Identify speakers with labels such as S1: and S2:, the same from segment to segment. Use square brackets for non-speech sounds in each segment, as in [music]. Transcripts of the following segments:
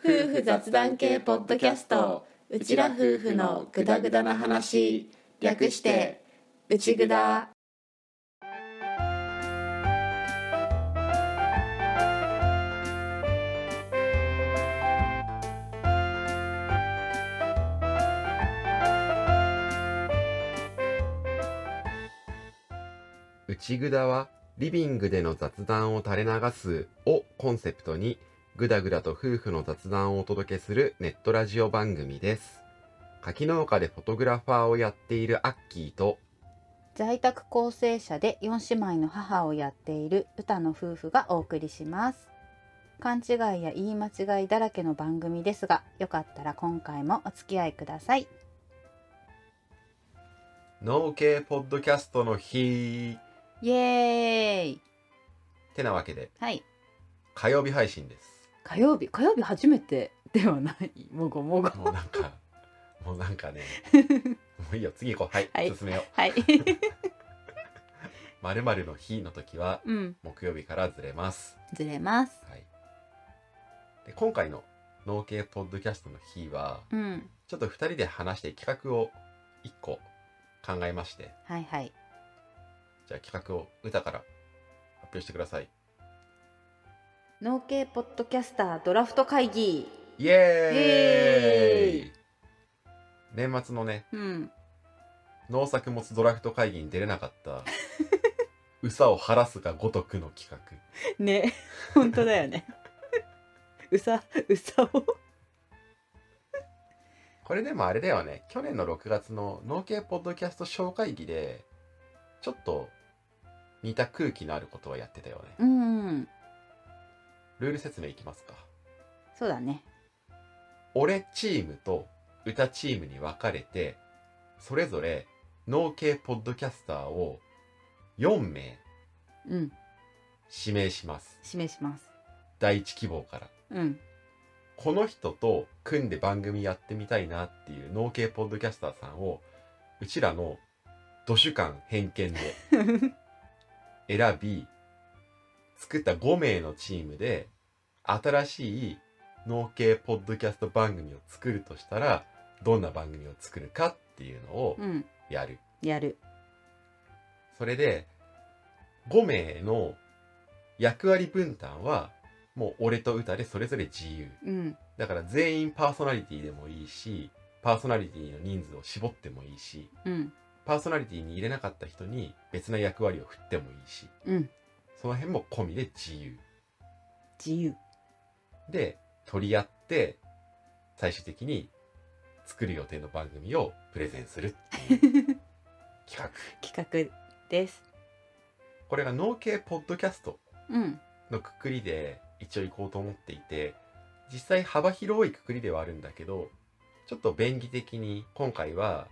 S1: 夫婦雑談系ポッドキャストうちら夫婦のグダグダな話略してうちぐだ
S2: 内ぐだはリビングでの雑談を垂れ流すをコンセプトにぐだぐだと夫婦の雑談をお届けするネットラジオ番組です柿農家でフォトグラファーをやっているアッキーと
S3: 在宅構成者で4姉妹の母をやっている歌の夫婦がお送りします勘違いや言い間違いだらけの番組ですがよかったら今回もお付き合いください
S2: 農系ポッドキャストの日
S3: イエーイ
S2: てなわけで
S3: はい
S2: 火曜日配信です
S3: [laughs] 火曜日火曜日初めてではないもご [laughs] もご
S2: もうなんかもうなんかねもういいよ次行こうはい、
S3: はい
S2: 進めよう
S3: はい
S2: 〇〇の日の時は
S3: [laughs] うん
S2: 木曜日からずれます
S3: ずれます
S2: はい、で今回の「農系ポッドキャスト」の日は
S3: うん
S2: ちょっと2人で話して企画を1個考えまして
S3: はいはい
S2: じゃあ企画を歌から発表してください
S3: 農系ポッドキャスタードラフト会議
S2: イエーイ
S3: イエーイ
S2: 年末のね
S3: うん
S2: 農作物ドラフト会議に出れなかった
S3: [laughs]
S2: うさを晴らすがごとくの企画
S3: ね [laughs] 本当だよね [laughs] うさうさを
S2: これでもあれだよね去年の6月の農系ポッドキャスト紹介議でちょっと似た空気のあることはやってたよね
S3: うん
S2: ルール説明いきますか。
S3: そうだね
S2: 俺チームと歌チームに分かれて、それぞれ農系ポッドキャスターを4名
S3: うん
S2: 指名します。
S3: 示します
S2: 第一希望から。
S3: うん
S2: この人と組んで番組やってみたいなっていう農系ポッドキャスターさんを、うちらの土主観偏見で選び、作った5名のチームで、新しい農系ポッドキャスト番組を作るとしたら、どんな番組を作るかっていうのを
S3: うん
S2: やる。
S3: やる
S2: それで、5名の役割分担は、もう俺と歌でそれぞれ自由。
S3: うん
S2: だから全員パーソナリティでもいいし、パーソナリティの人数を絞ってもいいし、
S3: うん
S2: パーソナリティに入れなかった人に別な役割を振ってもいいし、
S3: うん
S2: その辺も込みで自由。
S3: 自由
S2: で、取り合って、最終的に作る予定の番組をプレゼンするっていう企画。
S3: 企画です
S2: これが農系ポッドキャスト
S3: うん
S2: のくくりで一応行こうと思っていて実際幅広いくくりではあるんだけどちょっと便宜的に今回は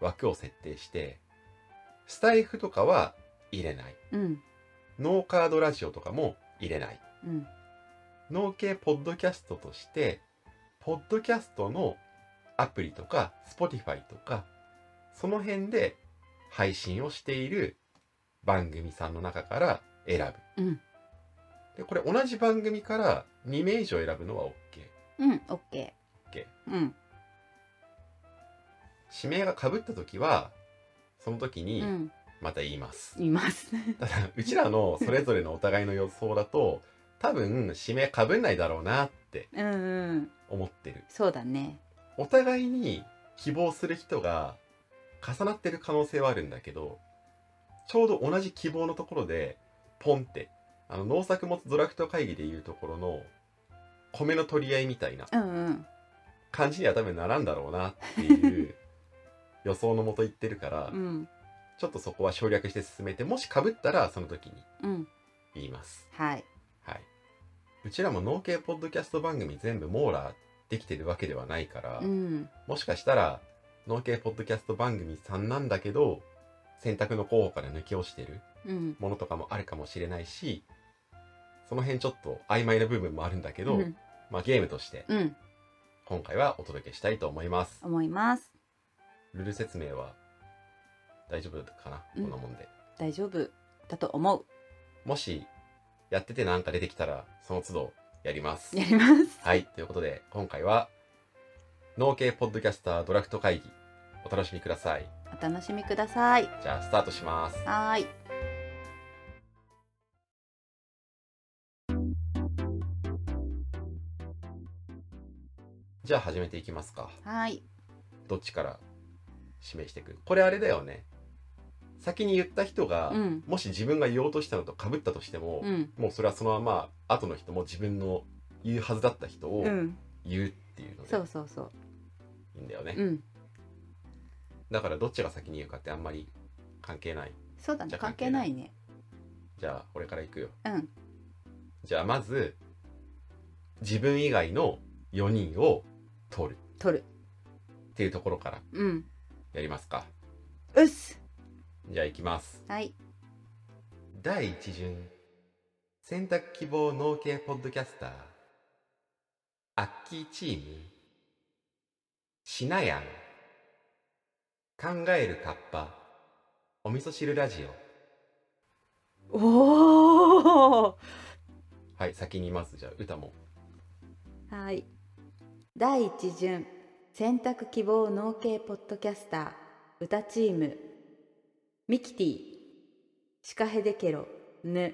S2: 枠を設定してスタイフとかは入れない
S3: うん
S2: ノーカードラジオとかも入れない
S3: うん
S2: 農系ポッドキャストとしてポッドキャストのアプリとか Spotify とかその辺で配信をしている番組さんの中から選ぶ
S3: うん
S2: でこれ同じ番組から2名以上選ぶのは OK
S3: うんオッケー
S2: OK
S3: うん
S2: 指名がかぶった時はその時
S3: う
S2: に
S3: ん
S2: また言います、 [laughs]
S3: います
S2: ただうちらのそれぞれのお互いの予想だと多分指名かぶんないだろうなって
S3: うんうん
S2: 思ってる
S3: そうだね
S2: お互いに希望する人が重なってる可能性はあるんだけどちょうど同じ希望のところでポンってあの農作物ドラフト会議でいうところの米の取り合いみたいな
S3: うんうん
S2: 感じには多分ならんだろうなっていう
S3: [laughs]
S2: 予想のもと言ってるから、
S3: うん
S2: ちょっとそこは省略して進めてもしかぶったらその時に
S3: うん
S2: 言います
S3: はい
S2: はいうちらも農系ポッドキャスト番組全部網羅できてるわけではないから、
S3: うん
S2: もしかしたら農系ポッドキャスト番組さんなんだけど選択の候補から抜け落ちてる
S3: うん
S2: ものとかもあるかもしれないしその辺ちょっと曖昧な部分もあるんだけど、
S3: うん
S2: まあ、ゲームとして
S3: うん
S2: 今回はお届けしたいと思います。
S3: 思います
S2: ルール説明は大丈夫かな、
S3: うん
S2: こんなもんで
S3: 大丈夫だと思う
S2: もしやっててなんか出てきたらその都度やり
S3: [laughs]
S2: ます
S3: やります。
S2: はいということで今回は農系ポッドキャスタードラフト会議お楽しみください
S3: お楽しみください。
S2: じゃあスタートします
S3: はーい。
S2: じゃあ始めていきますか
S3: はーい。
S2: どっちから示していくこれあれだよね先に言った人が、
S3: うん。
S2: もし自分が言おうとしたのと被ったとしても、
S3: うん。
S2: もうそれはそのまま後の人も自分の言うはずだった人を
S3: うん。
S2: 言うっていうの
S3: そう
S2: で
S3: そうそ
S2: いいんだよね、
S3: う。うん。
S2: だからどっちが先に言うかってあんまり関係ない
S3: そうだ
S2: じ
S3: ね。
S2: ゃあ関
S3: 関
S2: 係
S3: 係
S2: な
S3: ないいね。
S2: じゃあ俺から行くよ
S3: うん。
S2: じゃあまず自分以外の4人を取る
S3: 取る。
S2: っていうところから
S3: うん。
S2: やりますか
S3: うっす。
S2: じゃあ行きます
S3: はい。
S2: 第1巡選択希望農系ポッドキャスターアッキーチームしなやん考えるカッパお味噌汁ラジオ
S3: おお。
S2: はい先に言いますじゃあ歌も
S3: はい。第一巡選択希望農系ポッドキャスター歌チームミキティシカヘデケロヌ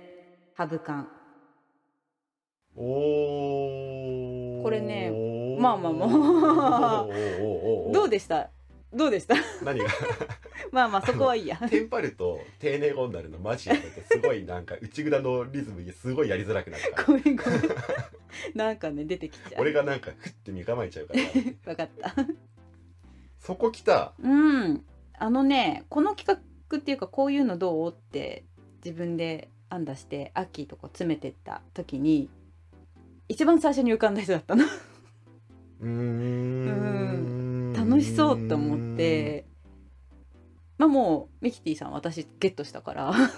S3: ハブカン
S2: お
S3: これねまあまあまあどうですしたどうでした [laughs]
S2: 何が
S3: まあまあそこはいい [laughs] や
S2: テンパると丁寧語になるのマジですごいなんか内蔵のリズムにすごいやりづらくなるから
S3: ごめんご [laughs] めんなんかね出てきちゃ
S2: 俺
S3: う
S2: がなんかふって身構えちゃうから
S3: わかった
S2: そこ来た
S3: うんあのねこの企画っていうかこういうのどうって自分で案出してアッキーとこ詰めてった時に一番最初に浮かんだ人だったの
S2: うーん
S3: 楽しそうと思ってまあもうミキティさん私ゲットしたから
S2: うん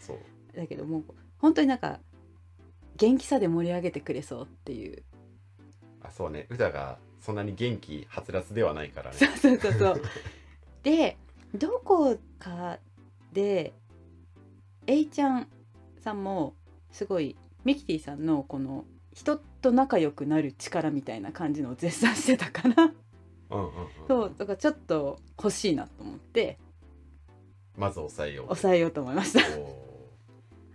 S2: そう
S3: だけどもう本当になんか元気さで盛り上げてくれそうっていう
S2: あそうね歌がそんなに元気はつらつではないからね
S3: そうそうそうそう。でどこかでえいちゃんさんもすごいミキティさんのこの人と仲良くなる力みたいな感じのを絶賛してたから
S2: うんうん、うん、
S3: そうだからちょっと欲しいなと思って
S2: まず抑えよう
S3: 抑えようと思いまし
S2: おー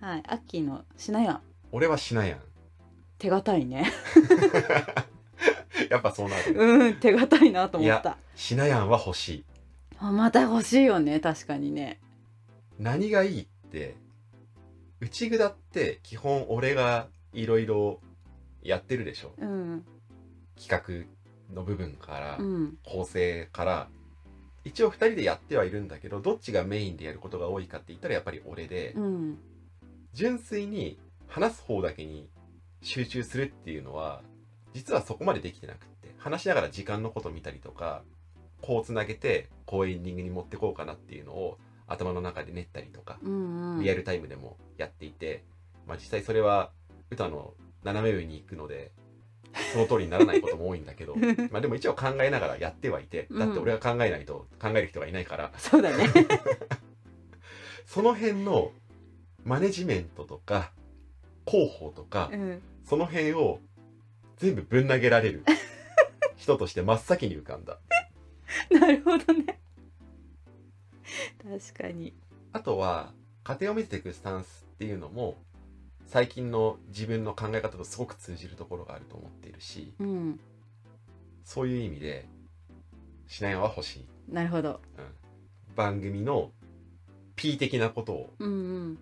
S3: た。はい、アッキーのしなやん
S2: 俺はしなやん
S3: 手堅いね
S2: やっぱそうなる、
S3: うん手堅いなと思った
S2: しなやんは欲しい
S3: あまた欲しいよね確かにね
S2: 何がいいって内蔵って基本俺がいろいろやってるでしょ
S3: うん
S2: 企画の部分から、
S3: うん
S2: 構成から一応2人でやってはいるんだけどどっちがメインでやることが多いかって言ったらやっぱり俺で、
S3: うん
S2: 純粋に話す方だけに集中するっていうのは実はそこまでできてなくって話しながら時間のこと見たりとかこうつなげてこうエンディングに持ってこうかなっていうのを頭の中で練ったりとか
S3: うんうん
S2: リアルタイムでもやっていて、まあ、実際それは歌の斜め上に行くのでその通りにならないことも多いんだ
S3: [laughs]
S2: けどまあでも一応考えながらやってはいてだって俺が考えないと考える人がいないから、
S3: そうだね
S2: その辺のマネジメントとか広報とか、
S3: うん
S2: その辺を全部ぶん投げられ
S3: [laughs]
S2: る人として真っ先に浮かんだ
S3: [laughs] なるほどね。確かに。
S2: あとは家庭を見せていくスタンスっていうのも最近の自分の考え方とすごく通じるところがあると思っているし
S3: うん。
S2: そういう意味でしないは欲しい、
S3: なるほど。
S2: うん、番組の P 的なことを
S3: うんうん。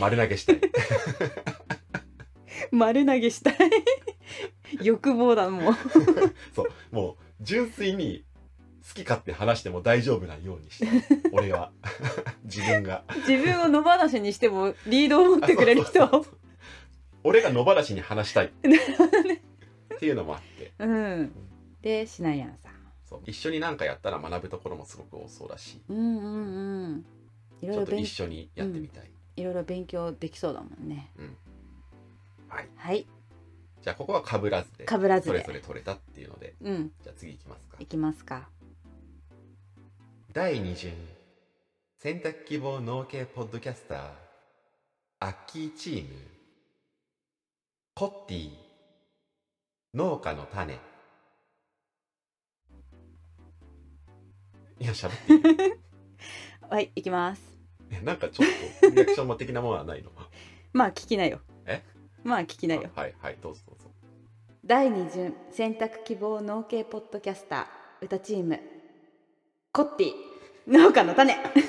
S2: 丸投げ
S3: [laughs]
S2: したい
S3: 丸投げした [laughs] い。欲望だもう。
S2: もう純粋に好き勝手話しても大丈夫なようにしたい俺は [laughs] 自分が
S3: 自分を野放しにしてもリードを持ってくれる人。
S2: あそうそうそう俺が野放しに話したい
S3: [laughs]
S2: っていうのもあって
S3: うん。で、シナヤンさん。
S2: そう一緒に何かやったら学ぶところもすごく多そうだし
S3: うんうんうん。い
S2: ち
S3: ろ
S2: ょ
S3: いろ
S2: っと
S3: 勉
S2: 一緒にやってみたい、
S3: いろいろ勉強できそうだもんね。
S2: はい
S3: はい。
S2: じゃあここはかぶらずで
S3: かぶらず
S2: それ
S3: で。
S2: ぞれ取れたっていうので
S3: うん。
S2: じゃあ次いきますか
S3: いきますか。
S2: 第2巡選択希望農系ポッドキャスターアッキーチームコッティ農家の種いやしゃべっていい
S3: はい行きます
S2: い [laughs] やなんかちょっとリアクションも的なものはないの
S3: まあ聞きなよ
S2: え
S3: まあ聞きなよ
S2: はいはいどうぞどうぞ
S3: 第二巡選択希望農系ポッドキャスター歌チームコッティ農家
S2: [laughs]
S3: の種欲し
S2: し
S3: いこ
S2: い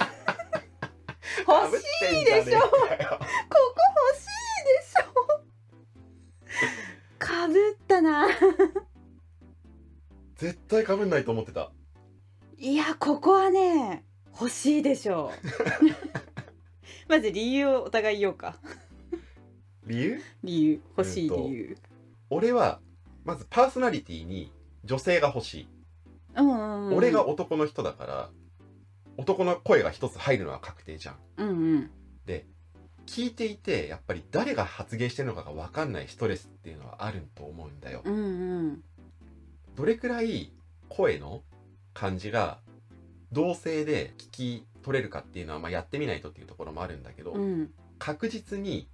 S3: しょこ欲しいでしょかぶったな
S2: 絶対かぶんないと思ってた
S3: いやここはね欲しいでしょ
S2: [laughs]
S3: うまず理由をお互い言おうか
S2: 理由
S3: 理由欲しい理由、
S2: 俺はまずパーソナリティに女性が欲しい、
S3: うんうんうん
S2: 俺が男の人だから男の声が一つ入るのは確定じゃん
S3: うんうん
S2: 聞いていてやっぱり誰が発言してるのかが分かんないストレスっていうのはあると思うんだよ、
S3: うんうん
S2: どれくらい声の感じが同性で聞き取れるかっていうのは、まあ、やってみないとっていうところもあるんだけど、
S3: うん
S2: 確実に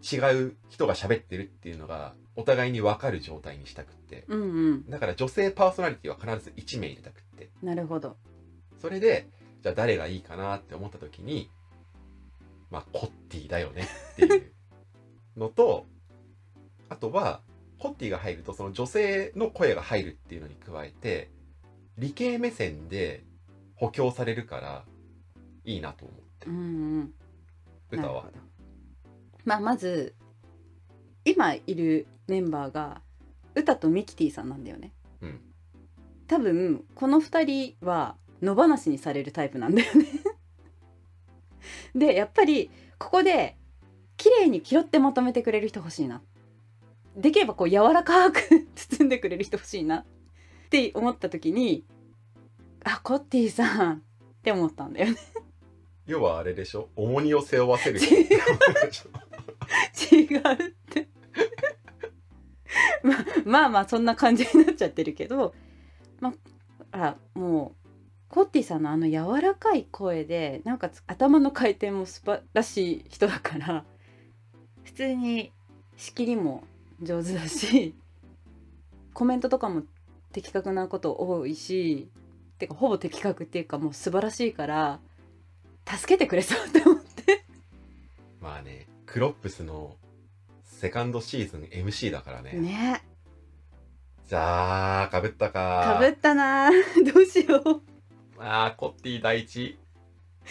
S2: 違う人が喋ってるっていうのがお互いに分かる状態にしたくって
S3: うんうん
S2: だから女性パーソナリティは必ず1名入れたくって
S3: なるほど
S2: それでじゃあ誰がいいかなって思った時にまあコッティだよねっていうのと [laughs] あとはコッティが入るとその女性の声が入るっていうのに加えて理系目線で補強されるからいいなと思って
S3: うんうん
S2: 歌
S3: な
S2: は
S3: るほどまあまず今いるメンバーが歌とミキティさんなんだよね
S2: うん
S3: 多分この2人は野放しにされるタイプなんだよね [laughs] でやっぱりここで綺麗に拾ってまとめてくれる人欲しいなできればこう柔らかく包んでくれる人欲しいなって思った時にあコッティさんって思ったんだよね
S2: 要はあれでしょ重荷を背負わ
S3: [laughs]
S2: せる [laughs] 人
S3: 違うって [laughs] ままあまあそんな感じになっちゃってるけどまあもうコッティさんのあの柔らかい声でなんかつ頭の回転も素晴らしい人だから普通に仕切りも上手だしコメントとかも的確なこと多いしてかほぼ的確っていうかもう素晴らしいから助けてくれそうって思って
S2: まあねクロップスのセカンドシーズン MC だからね
S3: ね
S2: じゃあかぶったか
S3: かぶったなあ [laughs] どうしよう
S2: ああ、コッティ第一。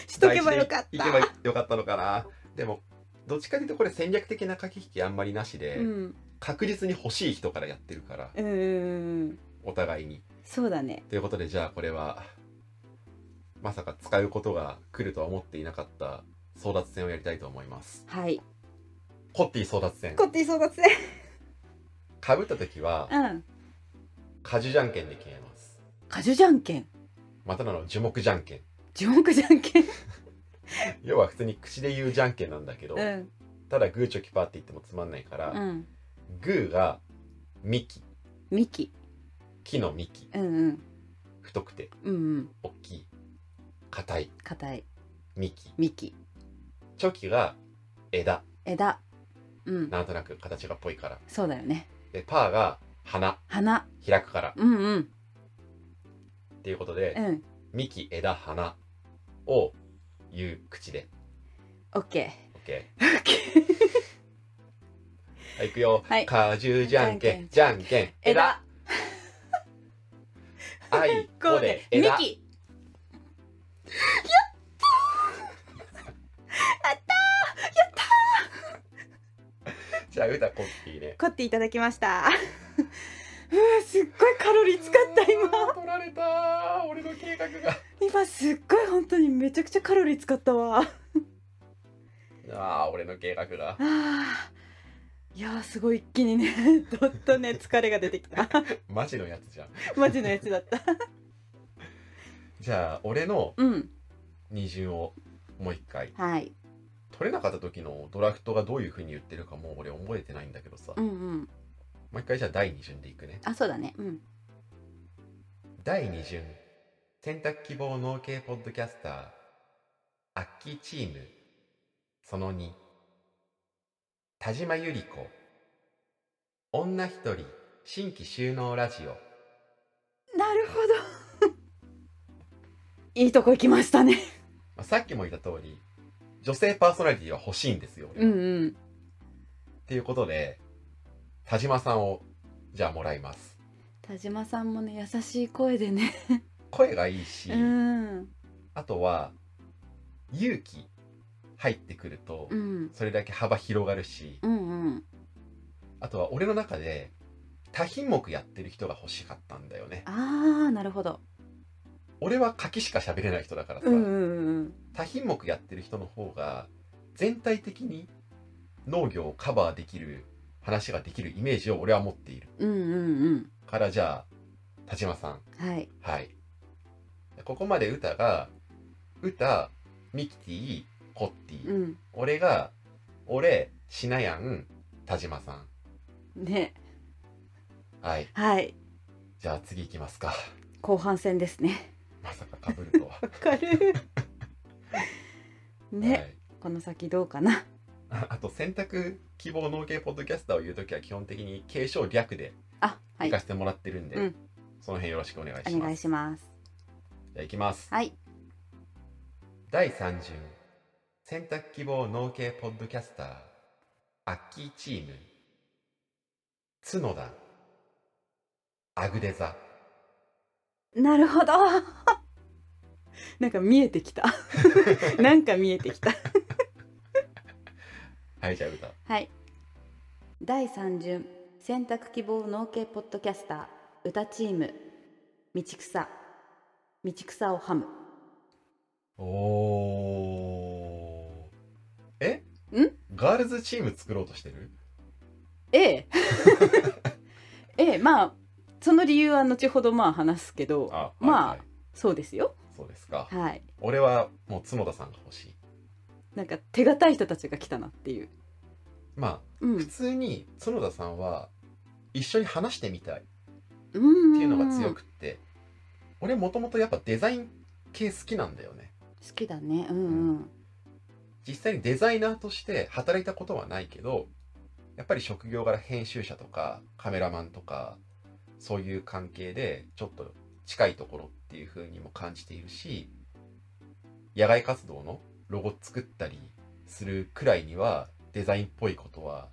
S3: しとけばよかっ
S2: 第一で
S3: た
S2: いけばよかったのかな。でも、どっちかというとこれ戦略的な駆け引きあんまりなしで、
S3: うん
S2: 確実に欲しい人からやってるから、
S3: うんうん
S2: お互いに。
S3: そうだね
S2: ということで、じゃあこれは、まさか使うことが来るとは思っていなかった争奪戦をやりたいと思います。
S3: はい
S2: コッティ争奪戦。
S3: こっていそうだね
S2: かぶった時は、
S3: うん
S2: 果樹じゃんけんで決めます。
S3: 果樹じゃんけん
S2: またなの樹木じゃんけん。
S3: 樹木じゃんけん
S2: 要は普通に口で言うじゃんけんなんだけど、
S3: うん
S2: ただグーチョキパーって言ってもつまんないから、
S3: うん
S2: グーが幹
S3: 幹
S2: 木の幹
S3: うんうん
S2: 太くて
S3: うんうん
S2: 大きい硬い
S3: 硬い
S2: 幹
S3: 幹
S2: チョキが枝
S3: 枝うん
S2: なんとなく形がっぽいから
S3: そうだよね
S2: でパーが花
S3: 花
S2: 開くから
S3: うんうん
S2: っていうこと
S3: う
S2: で
S3: ん
S2: 幹枝花を言う口で
S3: オッケ
S2: OK
S3: ーオッケ [laughs] ー
S2: はい、いくよ、
S3: [laughs] はい
S2: 果汁じゃんけんじ
S3: じ
S2: ゃんけん枝あい
S3: こ
S2: こ
S3: うで
S2: で
S3: 幹や
S2: 枝
S3: ったー
S2: じゃあ歌コッティね
S3: 凝っていただきました [laughs] うーすっごいカロリー使った今
S2: あー取られたー俺の計画が
S3: 今すっごい本当にめちゃくちゃカロリー使ったわ
S2: ああ俺の計画が
S3: あーいやーすごい一気にね [laughs] どっとね疲れが出てきた [laughs]
S2: マジのやつじゃん
S3: マジのやつだった
S2: じゃあ俺の
S3: うん
S2: 二巡をもう一回
S3: はい
S2: 取れなかった時のドラフトがどういう風に言ってるかもう俺覚えてないんだけどさ、
S3: うんうん
S2: もう一回じゃあ第二巡でいくね
S3: あそうだねうん
S2: 第二巡選択希望農系ポッドキャスターアッキーチームその2田島由里子女一人新規収納ラジオ
S3: なるほど [laughs] いいとこ行きましたね
S2: まあ、さっきも言った通り女性パーソナリティは欲しいんですよ、俺
S3: う
S2: は
S3: んうん
S2: っていうことで田島さんをじゃあもらいます
S3: 田島さんもね優しい声でね
S2: 声がいいし、
S3: うん
S2: あとは勇気入ってくると、
S3: うん
S2: それだけ幅広がるし
S3: うんうん
S2: あとは俺の中で多品目やってる人が欲しかったんだよね
S3: ああなるほど
S2: 俺は書きしか喋れない人だからさ、
S3: うんうん
S2: 多品目やってる人の方が全体的に農業をカバーできる話ができるイメージを俺は持っている
S3: うんうんうん
S2: からじゃあ田島さん
S3: うんはい
S2: はいここまで歌が歌ミキティコッティ、
S3: うん
S2: 俺が俺しなやん田島さん
S3: ね
S2: はい
S3: はい
S2: じゃあ次行きますか [laughs]
S3: 後半戦ですね
S2: まさかかぶるとは
S3: わかる [laughs] ね、
S2: はい
S3: この先どうかな
S2: あ [laughs] あと選択希望農系ポッドキャスターを言うときは基本的に継承略で
S3: あはい
S2: 行かせてもらってるんで、
S3: うん
S2: その辺よろしくお願いします
S3: お願いします
S2: じゃあ行きます
S3: はい
S2: 第30選択希望農系ポッドキャスターアッキーチーム角田アグデザ
S3: なるほど [laughs] なんか見えてき
S2: [laughs]
S3: たなんか見えてきた
S2: はいじゃあ歌
S3: はい第3巡選択希望農系ポッドキャスター歌チーム道草道草をハム
S2: おおえ
S3: ん
S2: ガールズチーム作ろうとしてる [laughs]
S3: ええええまあその理由は後ほどまあ話すけど
S2: あ
S3: まあ
S2: はいはい
S3: そうですよ
S2: そうですか
S3: はい
S2: 俺はもう角田さんが欲しい
S3: なんか手堅い人たちが来たなっていう
S2: まあ
S3: うん
S2: 普通に角田さんは一緒に話してみたいっ
S3: って
S2: て
S3: い
S2: いうのが強くって俺もともとやっぱデザイン系好きなんだよね
S3: 好きだねうんうん
S2: 実際にデザイナーとして働いたことはないけどやっぱり職業柄編集者とかカメラマンとかそういう関係でちょっと近いところっていう風にも感じているし野外活動のロゴ作ったりするくらいにはデザインっぽいことは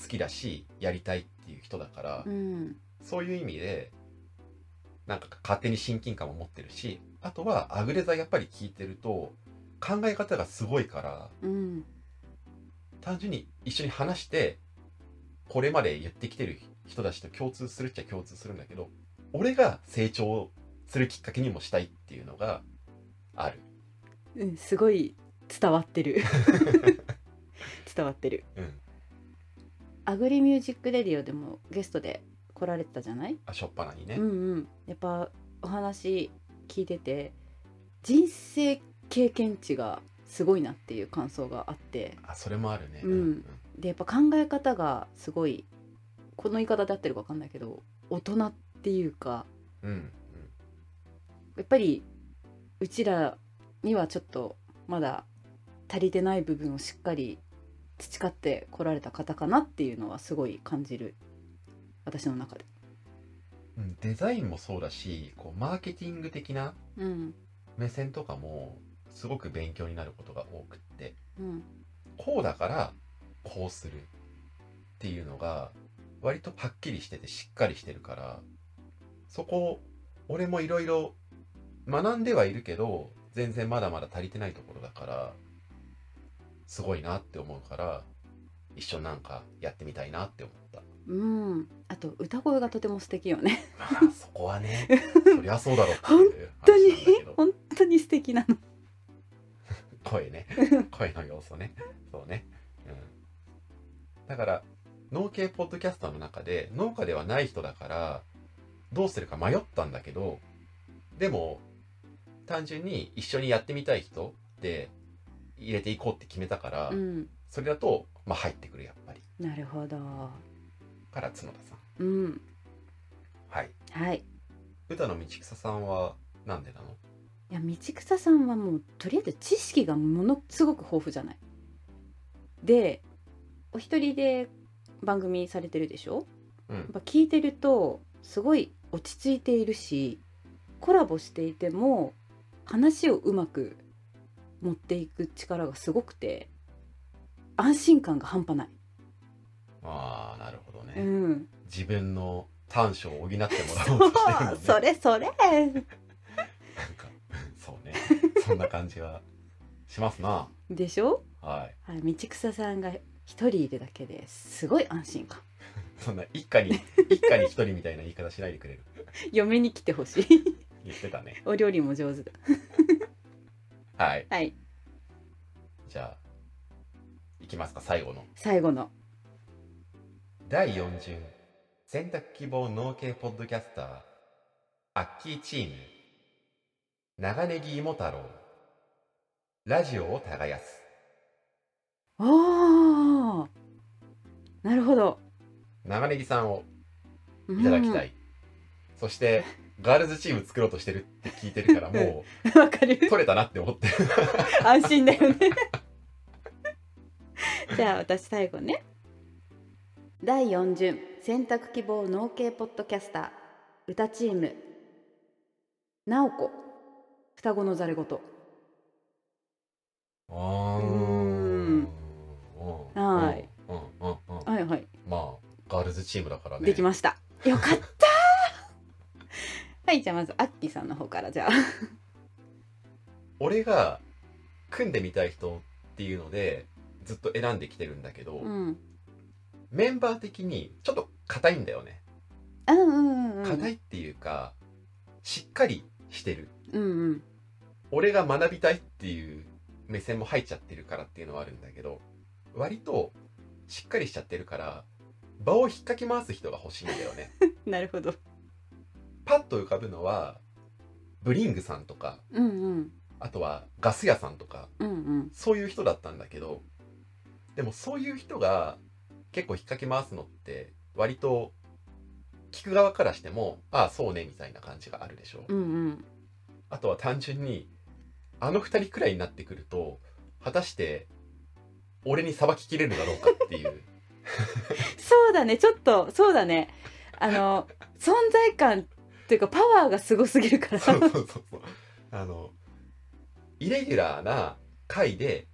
S2: 好きだしやりたいっていう人だから、
S3: うん
S2: そういう意味で、なんか勝手に親近感も持ってるし、あとはアグレザやっぱり聞いてると、考え方がすごいから、
S3: うん
S2: 単純に一緒に話して、これまで言ってきてる人たちと共通するっちゃ共通するんだけど、俺が成長するきっかけにもしたいっていうのがある。
S3: うんすごい伝わってる伝わってる
S2: うん。
S3: アグリミュージックレディオでもゲストで来られてたじゃない
S2: あ、しょっぱなにね。
S3: うんうんやっぱお話聞いてて人生経験値がすごいなっていう感想があって
S2: あ、それもあるね。
S3: うんでやっぱ考え方がすごいこの言い方で合ってるか分かんないけど大人っていうか
S2: うん。うん。
S3: やっぱりうちらにはちょっとまだ足りてない部分をしっかり培ってこられた方かなっていうのはすごい感じる私の中で。
S2: うんデザインもそうだし、こう、マーケティング的な
S3: うん
S2: 目線とかもすごく勉強になることが多くって
S3: うん
S2: こうだからこうするっていうのが割とはっきりしててしっかりしてるからそこを俺もいろいろ学んではいるけど全然まだまだ足りてないところだからすごいなって思うから一緒になんかやってみたいなって思
S3: [laughs]
S2: った
S3: うん、あと歌声がとても素敵よね
S2: まあそこはねそりゃそうだろうっていう
S3: [laughs]
S2: 話なんだけど
S3: 本当に本当に素敵なの
S2: 声
S3: [laughs]
S2: ね声の要素ねそうね、うん、だから農系ポッドキャスターの中で農家ではない人だからどうするか迷ったんだけどでも単純に一緒にやってみたい人って入れていこうって決めたから、
S3: うん
S2: それだと、まあ、入ってくるやっぱり
S3: なるほど
S2: から角田さん
S3: うん
S2: はい
S3: はい
S2: 歌の道草さんはなんでなの
S3: いや道草さんはもうとりあえず知識がものすごく豊富じゃないでお一人で番組されてるでしょ
S2: うん
S3: やっぱ聞いてるとすごい落ち着いているしコラボしていても話をうまく持っていく力がすごくて安心感が半端ない。
S2: ああなるほどね、
S3: うん、
S2: 自分の短所を補ってもらおうとしてるもんね
S3: そう [laughs] それそれ
S2: なんかそうねそんな感じはしますな
S3: でしょ、
S2: はい
S3: はい、道草さんが一人いるだけですごい安心感
S2: そんな一家に一家に一人みたいな言い方しないでくれる
S3: 嫁に来てほしい [laughs]
S2: 言ってたね
S3: お料理も上手だ
S2: はい
S3: はい
S2: じゃあいきますか最後の
S3: 最後の
S2: 第4巡選択希望農系ポッドキャスターアッキーチーム長ネギ芋太郎ラジオを耕す
S3: ああなるほど
S2: 長ネギさんをいただきたい、そしてガールズチーム作ろうとしてるって聞いてるからも
S3: うんわかる
S2: う取れたなって思ってる
S3: 安心だよねじゃあ私最後ね第4巡選択希望農系ポッドキャスター歌チーム直子双子のざれ言
S2: うー
S3: んはい
S2: うんうんうんうん
S3: はいはい
S2: まあガールズチームだからね
S3: できましたよかったはいじゃあまずアッキーさんの方からじゃあ
S2: 俺が組んでみたい人っていうのでずっと選んできてるんだけど、
S3: うん
S2: メンバー的にちょっと硬いんだよね
S3: うんうんうん
S2: 硬いっていうかしっかりしてる
S3: うんうん
S2: 俺が学びたいっていう目線も入っちゃってるからっていうのはあるんだけど割としっかりしちゃってるから場を引っかき回す人が欲しいんだよね
S3: なるほど
S2: パッと浮かぶのはブリングさんとか
S3: うんうん
S2: あとはガス屋さんとか
S3: うんうん
S2: そういう人だったんだけどでもそういう人が結構引っ掛け回すのって割と聞く側からしてもああそうねみたいな感じがあるでしょう、
S3: うんうん
S2: あとは単純にあの2人くらいになってくると果たして俺に裁ききれるだろうかっていう
S3: そうだねちょっとそうだねあの存在感っていうかパワーがすごすぎるから
S2: そうそうそうそうあのイレギュラーな回で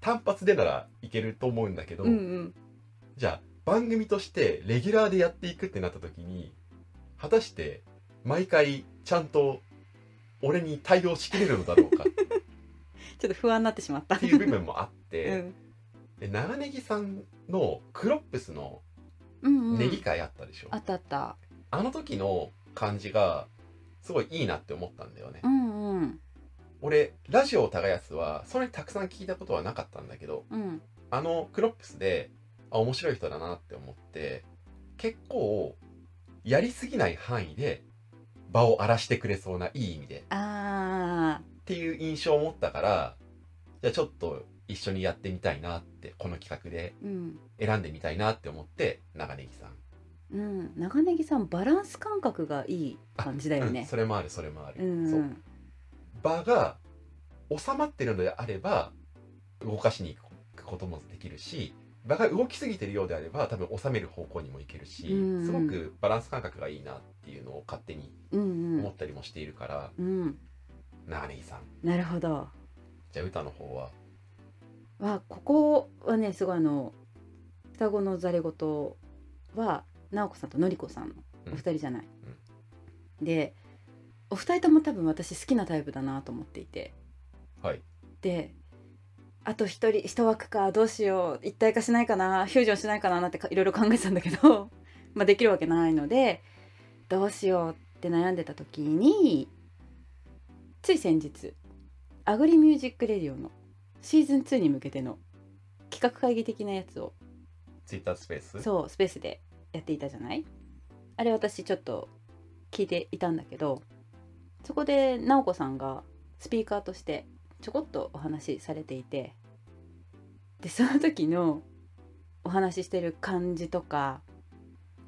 S2: 単発でならいけると思うんだけど、
S3: うんうん
S2: じゃあ番組としてレギュラーでやっていくってなった時に果たして毎回ちゃんと俺に対応しきれるのだろうかっ
S3: ちょっと不安になってしまった
S2: ていう部分もあっ
S3: [laughs] う
S2: て、
S3: ん
S2: で長ネギさんのクロップスの
S3: うんうん
S2: ネギ会あったでしょ、
S3: あったあった
S2: あの時の感じがすごいいいなって思ったんだよね、
S3: うんうん
S2: 俺ラジオを耕すはそんなにたくさん聞いたことはなかったんだけど
S3: うん
S2: あのクロップスであ面白い人だなって思って結構やりすぎない範囲で場を荒らしてくれそうないい意味で
S3: あ
S2: っていう印象を持ったからじゃあちょっと一緒にやってみたいなってこの企画で
S3: ーうん
S2: 選んでみたいなって思って長ネギさん
S3: うん長ネギさんバランス感覚がいい感じだよ
S2: うん
S3: ね
S2: それもあるそれもある、
S3: うんう
S2: そうん場が収まってるのであれば動かしに行くこともできるし場が動きすぎてるようであれば多分収める方向にもいけるし、
S3: うん
S2: すごくバランス感覚がいいなっていうのを勝手に
S3: うん
S2: 思ったりもしているから、
S3: うんうん
S2: なあねぎさん
S3: なるほど
S2: じゃあ歌の方は
S3: はここはねすごいあの双子のざれ言は直子さんとのりこさんのお二人じゃない、でお二人とも多分私好きなタイプだなと思っていて
S2: はい
S3: であと一人一枠かどうしよう一体化しないかなフュージョンしないかななんてかいろいろ考えてたんだけど [laughs] まあできるわけないのでどうしようって悩んでた時につい先日アグリミュージックレディオのシーズン2に向けての企画会議的なやつを
S2: ツイッタースペース
S3: そうスペースでやっていたじゃないあれ私ちょっと聞いていたんだけどそこで直子さんがスピーカーとしてちょこっとお話しされていてでその時のお話ししてる感じとか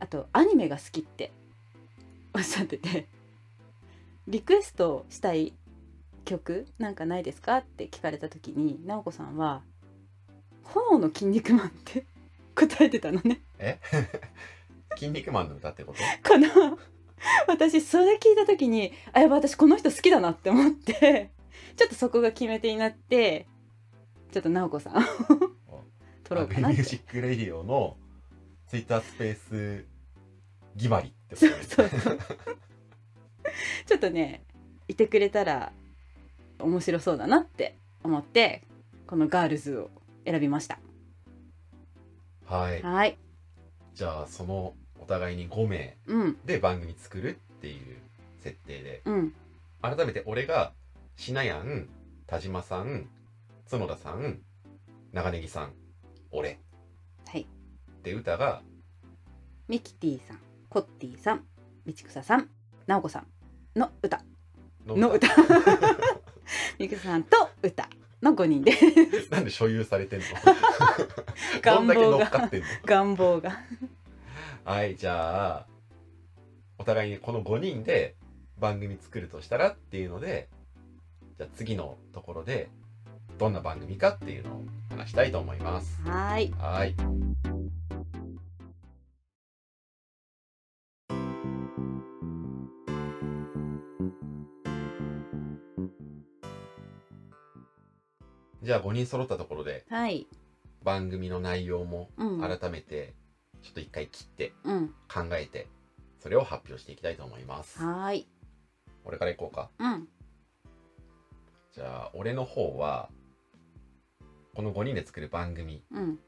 S3: あとアニメが好きって [laughs] おっしゃっててリクエストしたい曲なんかないですかって聞かれた時に直子さんは [laughs] 「炎の筋肉マン」って答えてたのね
S2: え筋肉マンの歌ってこと
S3: かな私それ聞いた時にあやばい私この人好きだなって思ってちょっとそこが決め手になってちょっと直子さんを取ろうかな
S2: ア
S3: っ
S2: グリミュ
S3: て
S2: ージックレディオのツイッタースペースギマリってことです
S3: そうそうちょっとねいてくれたら面白そうだなって思ってこのガールズを選びました
S2: はい
S3: はい
S2: じゃあそのお互いに5名
S3: うん
S2: で番組作るっていう設定で
S3: うん
S2: 改めて俺がしなやん田島さん角田さん長ネギさん俺
S3: はい
S2: で歌が
S3: ミキティさんコッティさん道草さん直子さんの歌の [laughs] 歌ミキさんと歌の5人で
S2: [laughs] なんで所有されてんのど
S3: [laughs] 願
S2: んだけ乗
S3: 望
S2: っか
S3: が
S2: ってんの
S3: 願望が
S2: はいじゃあお互いにこの5人で番組作るとしたらっていうのでじゃあ次のところでどんな番組かっていうのを話したいと思います
S3: はーい
S2: はいじゃあ5人揃ったところで
S3: はい
S2: 番組の内容も
S3: うん
S2: 改めてちょっと一回切って
S3: うん
S2: 考えてそれを発表していきたいと思います
S3: はーい
S2: 俺からいこうか
S3: うん
S2: じゃあ俺の方はこの5人で作る番組
S3: うん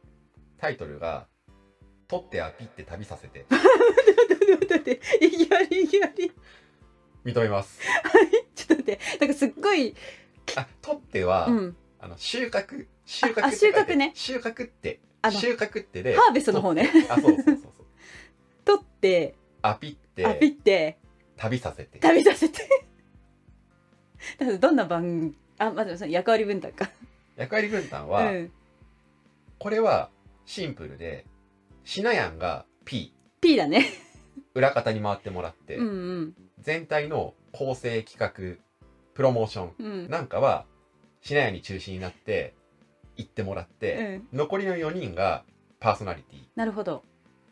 S2: タイトルが「取ってアピって旅させて
S3: 待って待って待っていきなりいきなり」
S2: 認めます
S3: ちょっと待ってなんかすっごい
S2: あ取っては、
S3: うん
S2: あの収穫収穫
S3: あ
S2: って書いて
S3: 収穫ね
S2: 収穫って
S3: あの
S2: 収穫ってで
S3: ハーベストの方ね
S2: 取ってあそうそう
S3: [laughs]
S2: そうそう
S3: 取って
S2: アピっ
S3: アピ
S2: て
S3: って
S2: 旅させて
S3: 食べさせてだからどんな番あまずその役割分担か
S2: 役割分担
S3: う
S2: は、
S3: ん
S2: これはシンプルでしなやんが P
S3: P だね
S2: 裏方に回ってもらって、
S3: うんうん
S2: 全体の構成企画プロモーション
S3: うん
S2: なんかはしなやに中心になって行ってもらっ
S3: う
S2: て、
S3: ん
S2: 残りの4人がパーソナリティ
S3: なるほど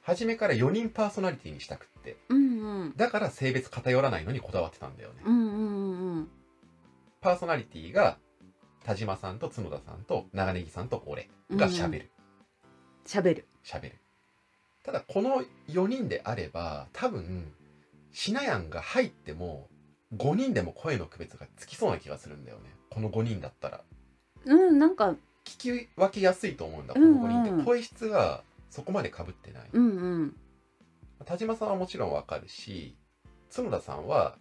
S2: 初めから4人パーソナリティにしたくって
S3: うんうん
S2: だから性別偏らないのにこだわってたんだよね、
S3: うんうんうん
S2: パーソナリティが田島さんと角田さんと長ネギさんと俺
S3: うん
S2: がしゃべる
S3: しゃべる
S2: しゃべるただこの4人であれば多分しなやんが入っても5人でも声の区別がつきそうな気がするんだよねこの5人だったら
S3: うんなんか
S2: 聞き分けやすいと思うんだこ
S3: うんう
S2: の
S3: ん
S2: 五人って声質がそこまで被ってない、
S3: うんうん
S2: 田島さんはもちろんわかるし角田さんは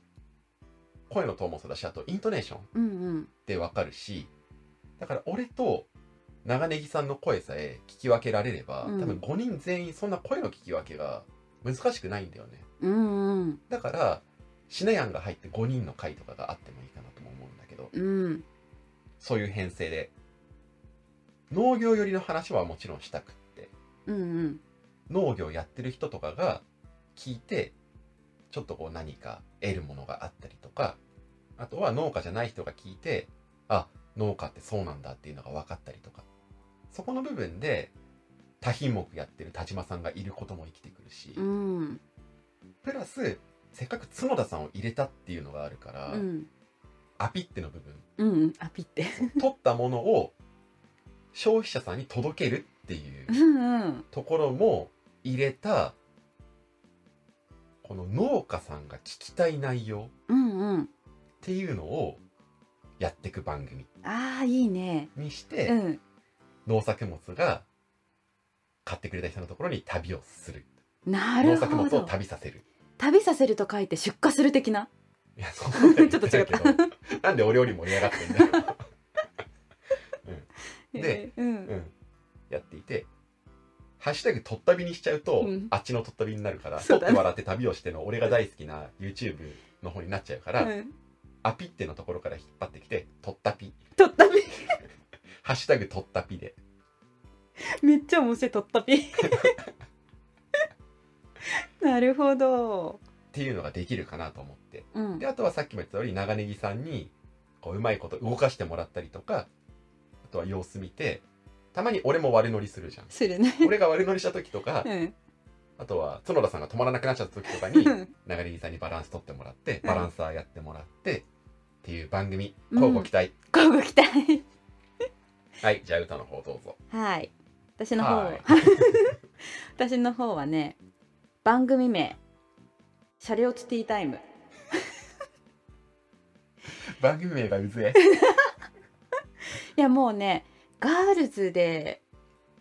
S2: 声のトーンもそうだしあとイントネーション
S3: うんうん
S2: でわかるしだから俺と長ネギさんの声さえ聞き分けられれば、
S3: うん
S2: 多分5人全員そんな声の聞き分けが難しくないんだよね
S3: うんうん
S2: だからシナヤンが入って5人の回とかがあってもいいかなとも思うんだけど
S3: うん
S2: そういう編成で農業寄りの話はもちろんしたくって
S3: うんうん
S2: 農業やってる人とかが聞いてちょっとこう何か得るものがあったりとかあとは農家じゃない人が聞いてあ農家ってそうなんだっていうのが分かったりとかそこの部分で多品目やってる田島さんがいることも生きてくるし、
S3: うん
S2: プラスせっかく角田さんを入れたっていうのがあるから、
S3: うん
S2: アピっての部分
S3: うんアピって
S2: 取ったものを消費者さんに届けるっていう
S3: うんうん
S2: ところも入れたこの農家さんが聞きたい内容
S3: うんうん
S2: っていうのをやっていく番組
S3: ああいいね
S2: にし
S3: う
S2: て
S3: ん
S2: 農作物が買ってくれた人のところに旅をする
S3: な
S2: 農
S3: る
S2: 作
S3: ほ
S2: 物を
S3: ど
S2: 旅させる
S3: 旅させると書いて出荷する的ない
S2: やそ
S3: [laughs]
S2: んなこと言
S3: ちょっと違った
S2: てないけどなんでお料理盛り上がってんだよ、
S3: [laughs]
S2: で
S3: えーうん
S2: うん、やっていて「ハッシュタグとったび」にしちゃうと、
S3: うん
S2: あっちのとったびになるから「
S3: そ
S2: と
S3: う
S2: っ
S3: だ
S2: て
S3: ね
S2: 笑って旅をして」の俺が大好きな YouTube の方になっちゃうから、
S3: うん
S2: アピってのところから引っ張ってきて、とったぴ、
S3: とったぴ
S2: ハッシュタグとったぴで、
S3: めっちゃ面白いとったぴなるほど
S2: っていうのができるかなと思って。
S3: うん
S2: で、あとはさっきも言った通り、長ネギさんに、こう、うまいこと動かしてもらったりとか、あとは様
S3: [laughs]
S2: 子見て、たまに俺も悪乗りするじゃん。
S3: するね
S2: 俺が悪乗りした時とか
S3: う、ん
S2: あとは角田さんが止まらなくなっちゃった時とかに長リーさんにバランス取ってもらって
S3: うん
S2: バランサーやってもらって、っていう番組交互期待、
S3: 乞うご期待
S2: はいじゃあ歌の方どうぞ
S3: はい私の方
S2: は
S3: 私の方はね番組名「車両ツティータイム
S2: [laughs] 番組名がうぜえ」
S3: いやもうねガールズで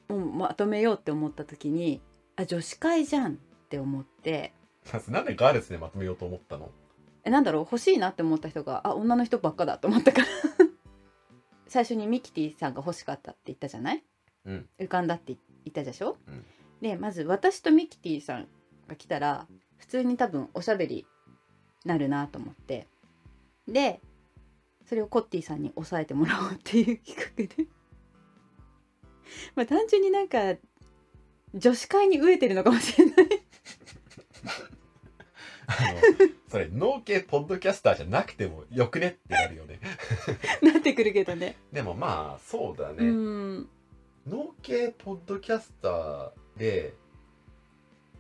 S3: もうまとめようって思った時にあ女子会じゃんって思って
S2: なんでガールズでまとめようと思ったの
S3: えなんだろう欲しいなって思った人があ女の人ばっかだと思ったから [laughs] 最初にミキティさんが欲しかったって言ったじゃない
S2: うん
S3: 浮かんだって言ったでしょ、
S2: うん
S3: でまず私とミキティさんが来たら普通に多分おしゃべりなるなと思ってでそれをコッティさんに抑えてもらおうっていう企画で [laughs] まあ単純になんか女子会に飢えてるのかもしれない
S2: あのそれ農系ポッドキャスターじゃなくてもよくねってなるよね
S3: なってくるけどね
S2: でもまあそうだ
S3: う
S2: ね、
S3: ん
S2: 農系ポッドキャスターで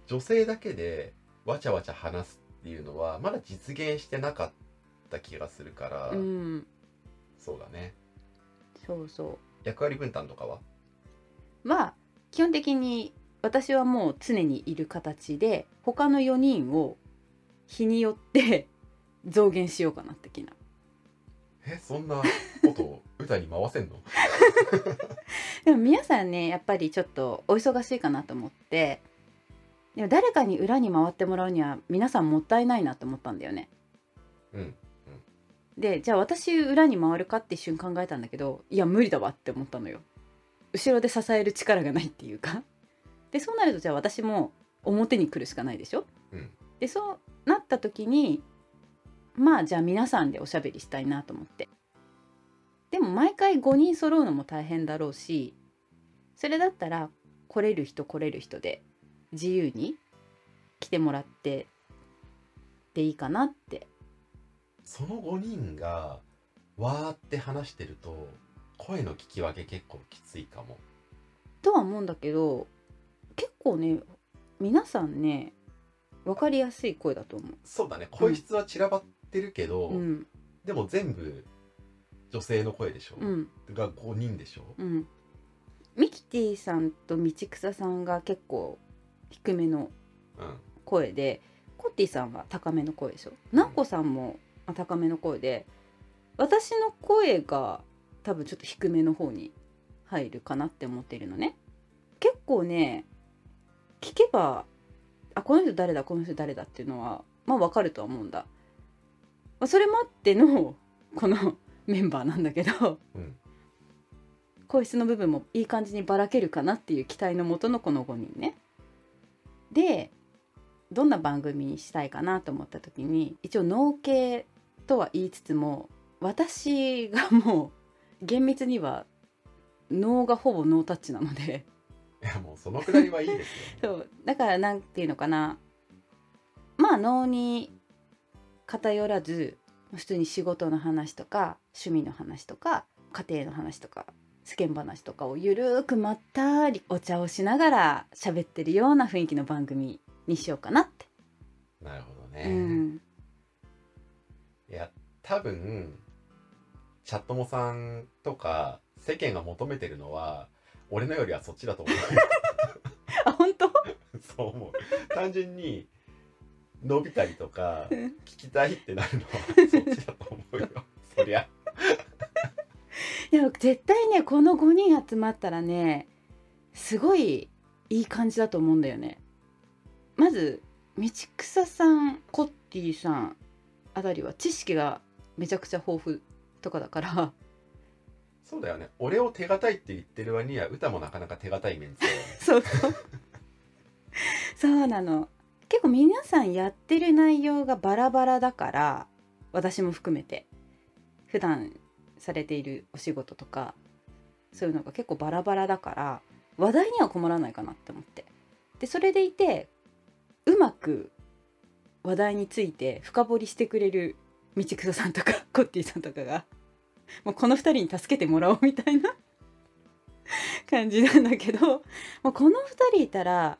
S2: 女性だけでわちゃわちゃ話すっていうのはまだ実現してなかった気がするから、
S3: うん
S2: そうだね
S3: そうそう
S2: 役割分担とかは
S3: は基本的に私はもう常にいる形で他の4人を日によって [laughs] 増減しようかな的な。
S2: えそんなことを歌に回せんの [laughs]
S3: でも皆さんねやっぱりちょっとお忙しいかなと思ってでも誰かに裏に回ってもらうには皆さんもったいないなと思ったんだよね。
S2: うんうん
S3: でじゃあ私裏に回るかって一瞬考えたんだけどいや無理だわって思ったのよ。後ろで支える力がないっていうか。でそうなるとじゃあ私も表に来るしかないでしょ
S2: うん
S3: でそうなった時にまあじゃあ皆さんでおしゃべりしたいなと思ってでも毎回5人揃うのも大変だろうしそれだったら来れる人来れる人で自由に来てもらってでいいかなって
S2: その5人がわーって話してると声の聞き分け結構きついかも
S3: とは思うんだけど結構ね皆さんね分かりやすい声だと思
S2: そうだね声質は散らばってるけど、
S3: う。うん
S2: でも全部女性の声でしょ、
S3: うん
S2: が5人でしょ、
S3: うん、ミキティさんと道草さんが結構低めの
S2: うん
S3: 声でコッティさんは高めの声でしょナッコさんもまあ高めの声で私の声が多分ちょっと低めの方に入るかなって思っているのね結構ね聞けばあこの人誰だこの人誰だっていうのはまあ分かるとは思うんだ、まあ、それもあっての [laughs] このメンバーなんだけど、
S2: うん
S3: 声質の部分もいい感じにばらけるかなっていう期待のもとのこの5人ねでどんな番組にしたいかなと思った時に一応農系とは言いつつも私がもう厳密には脳がほぼノータッチなので
S2: いやもうそのくらいはいいですよ
S3: [laughs] そうだからなんていうのかなまあ脳に偏らず普通に仕事の話とか趣味の話とか家庭の話とか世間話とかをゆるーくまったりお茶をしながら喋ってるような雰囲気の番組にしようかなって。
S2: なるほどね、
S3: うん
S2: いや多分チャットモさんとか世間が求めてるのは俺のよりはそっちだと思う [laughs]
S3: あ本当
S2: そう思う単純に伸びたりとか聞きたいってなるのはそっちだと思うよそ
S3: [laughs]
S2: りゃ
S3: いや絶対ねこの5人集まったらねすごいいい感じだと思うんだよねまず道草さんコッティさんあたりは知識がめちゃくちゃ豊富とかだから
S2: そうだよね俺を手堅いって言ってる割には歌もなかなか手堅いメンツだよね
S3: [laughs] そうそうそうなの結構皆さんやってる内容がバラバラだから私も含めて普段されているお仕事とかそういうのが結構バラバラだから話題には困らないかなって思ってでそれでいてうまく話題について深掘りしてくれる道草さんとか [laughs] コッティさんとかがもうこの2人に助けてもらおうみたいな感じなんだけどもうこの2人いたら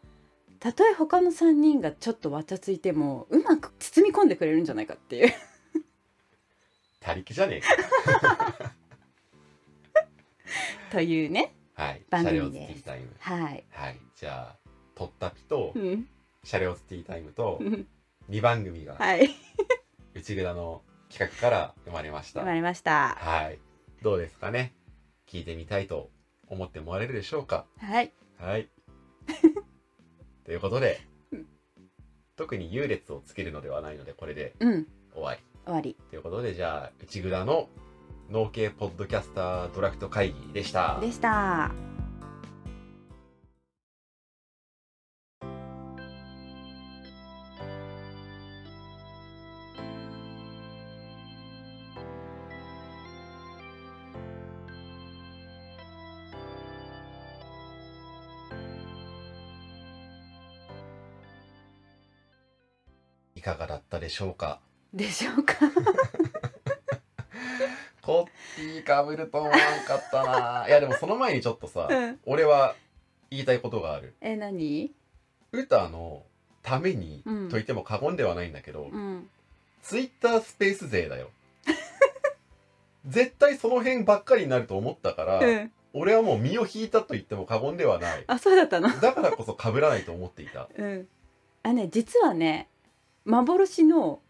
S3: たとえ他の3人がちょっとわちゃついてもうまく包み込んでくれるんじゃないかっていう
S2: 他力じゃねえか。
S3: [laughs] というね
S2: はい。
S3: [laughs] 番
S2: 車
S3: 組
S2: 両ズ
S3: です
S2: ティータイム。
S3: はい、
S2: はい。じゃあ、とったぴと
S3: う、ん
S2: 車両ズティータイムと
S3: う、ん
S2: 2番組が、
S3: はい
S2: 内蔵の企画から生まれました
S3: 決。まりました
S2: はい。どうですかね聞いてみたいと思ってもらえるでしょうか
S3: はい [laughs]
S2: はい。ということで
S3: うん、
S2: 特に優劣をつけるのではないので、これで
S3: うん
S2: 終わり。
S3: 終わり
S2: ということで、じゃあ、内蔵の農系ポッドキャスタードラフト会議でした。
S3: でした
S2: いかがだったでしょうか
S3: でしょうか
S2: コッティかぶると思わんかったないやでもその前にちょっとさ、
S3: うん
S2: 俺は言いたいことがある
S3: え何
S2: 歌のために
S3: うん
S2: と言っても過言ではないんだけど、
S3: うん
S2: ツイッタースペース勢だよ [laughs] 絶対その辺ばっかりになると思ったから、
S3: うん
S2: 俺はもう身を引いたと言っても過言ではない
S3: あそうだったの
S2: だからこそ被らないと思っていた
S3: うんあね実はね幻の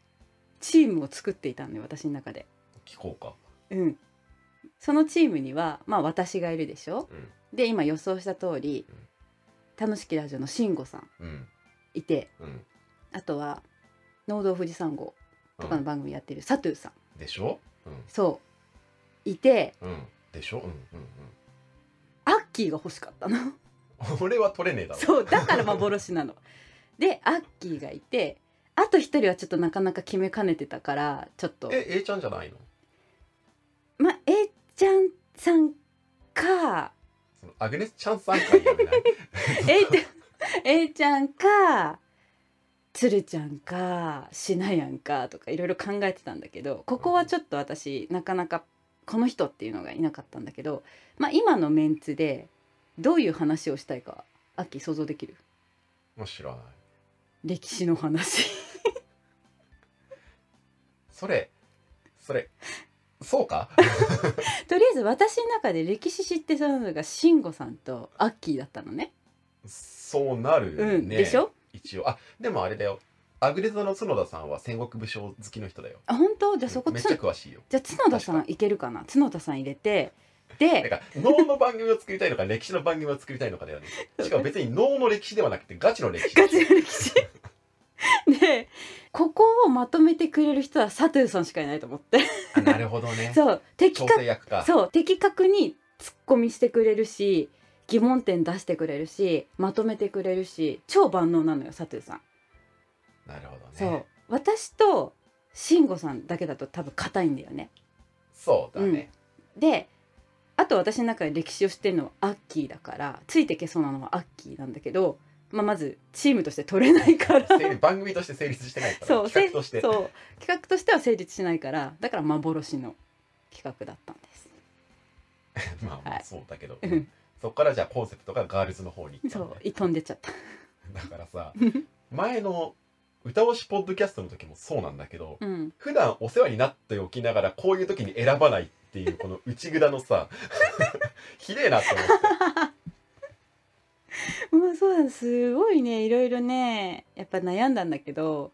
S3: チームを作っていたのよ私の中で
S2: 聞こうか
S3: うんそのチームにはまあ私がいるでしょで今予想した通り
S2: うん
S3: 楽しきラジオの慎吾さん
S2: うんうん
S3: いて
S2: うん
S3: あとは農道富士山号とかの番組やってるサトゥーさん
S2: でしょ
S3: そういて
S2: うんうんでしょうんうん
S3: アッキーが欲しかったの
S2: うん [laughs] 俺は取れねえだろ
S3: そうだから幻なの。でアッキーがいてあと一人はちょっとなかなか決めかねてたからちょっと
S2: え A ちゃんじゃないの
S3: まあ A ちゃんさんか
S2: そのアグネス・チャンさん回やめない
S3: [laughs] A ちゃん A ちゃんかつるちゃんかしなやんかとかいろいろ考えてたんだけどここはちょっと私なかなかこの人っていうのがいなかったんだけど、まあ、今のメンツでどういう話をしたいかアッキー想像できる
S2: もう知らない
S3: 歴史の話 [laughs]
S2: それそれそうか
S3: [laughs] とりあえず私の中で歴史知ってたのが慎吾さんとアッキーだったのね。
S2: そうなる
S3: う
S2: ね、
S3: ん、でしょ
S2: 一応あでもあれだよアグレザの角田さんは戦国武将好きの人だよ
S3: あ本当じゃあそこ
S2: めっ
S3: つ
S2: ちゃ
S3: じ
S2: 詳しいよ
S3: ゃあ角田さんいけるかな角田さん入れてで
S2: だから能の番組を作りたいのか歴史の番組を作りたいのか
S3: [laughs]
S2: だよねしかも別に能の歴史ではなくてガチの歴史
S3: ガチの歴史 [laughs] でここをまとめてくれる人は佐藤さんしかいないと思って
S2: [laughs] あなるほどね
S3: そう的
S2: 調
S3: 確
S2: 整役か
S3: そう的確にツッコミしてくれるし疑問点出してくれるしまとめてくれるし超万能なのよ佐藤さん、
S2: なるほどね
S3: そう私と慎吾さんだけだと多分硬いんだよね
S2: そうだね、
S3: であと私の中で歴史を知ってるのはアッキーだからついてけそうなのはアッキーなんだけど、まあ、まずチームとして取れないから
S2: 成立番組として成立してないから
S3: そう
S2: 企画として
S3: せそう企画としては成立しないからだから幻の企画だったんです
S2: まあま
S3: は
S2: あ
S3: い
S2: そうだけど、
S3: うん
S2: そこからじゃあコンセプトがガールズの方に行った
S3: そ
S2: んだ
S3: う飛んでっちゃった
S2: [laughs] だからさ前の歌おしポッドキャストの時もそうなんだけど
S3: うん
S2: 普段お世話になっておきながらこういう時に選ばないっていうこの内蔵のさ [laughs] ひでえなって思って
S3: まあそうなんですすごいねいろいろねやっぱ悩んだんだけど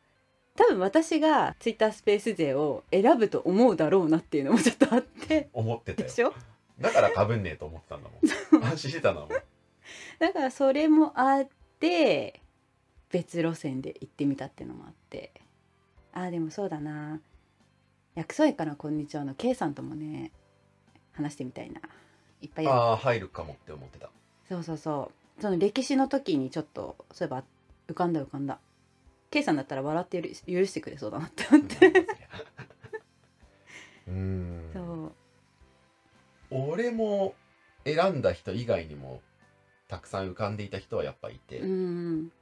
S3: 多分私がツイッタースペース勢を選ぶと思うだろうなっていうのもちょっとあって
S2: 思ってた
S3: で
S2: よ
S3: しょ
S2: だからかぶんねえと思ってたんだもん安心してたんだもん
S3: だからそれもあって別路線で行ってみたっていうのもあってあーでもそうだな薬草園からこんにちはの K さんともね話してみたいないっぱいや
S2: ああ入るかもって思
S3: [laughs]
S2: ってた
S3: そうそうそうその歴史の時にちょっとそういえば浮かんだ浮かんだ K さんだったら笑って許し許してくれそうだなって思って
S2: うーん
S3: そう
S2: 俺も選んだ人以外にもたくさん浮かんでいた人はやっぱいて、
S3: うん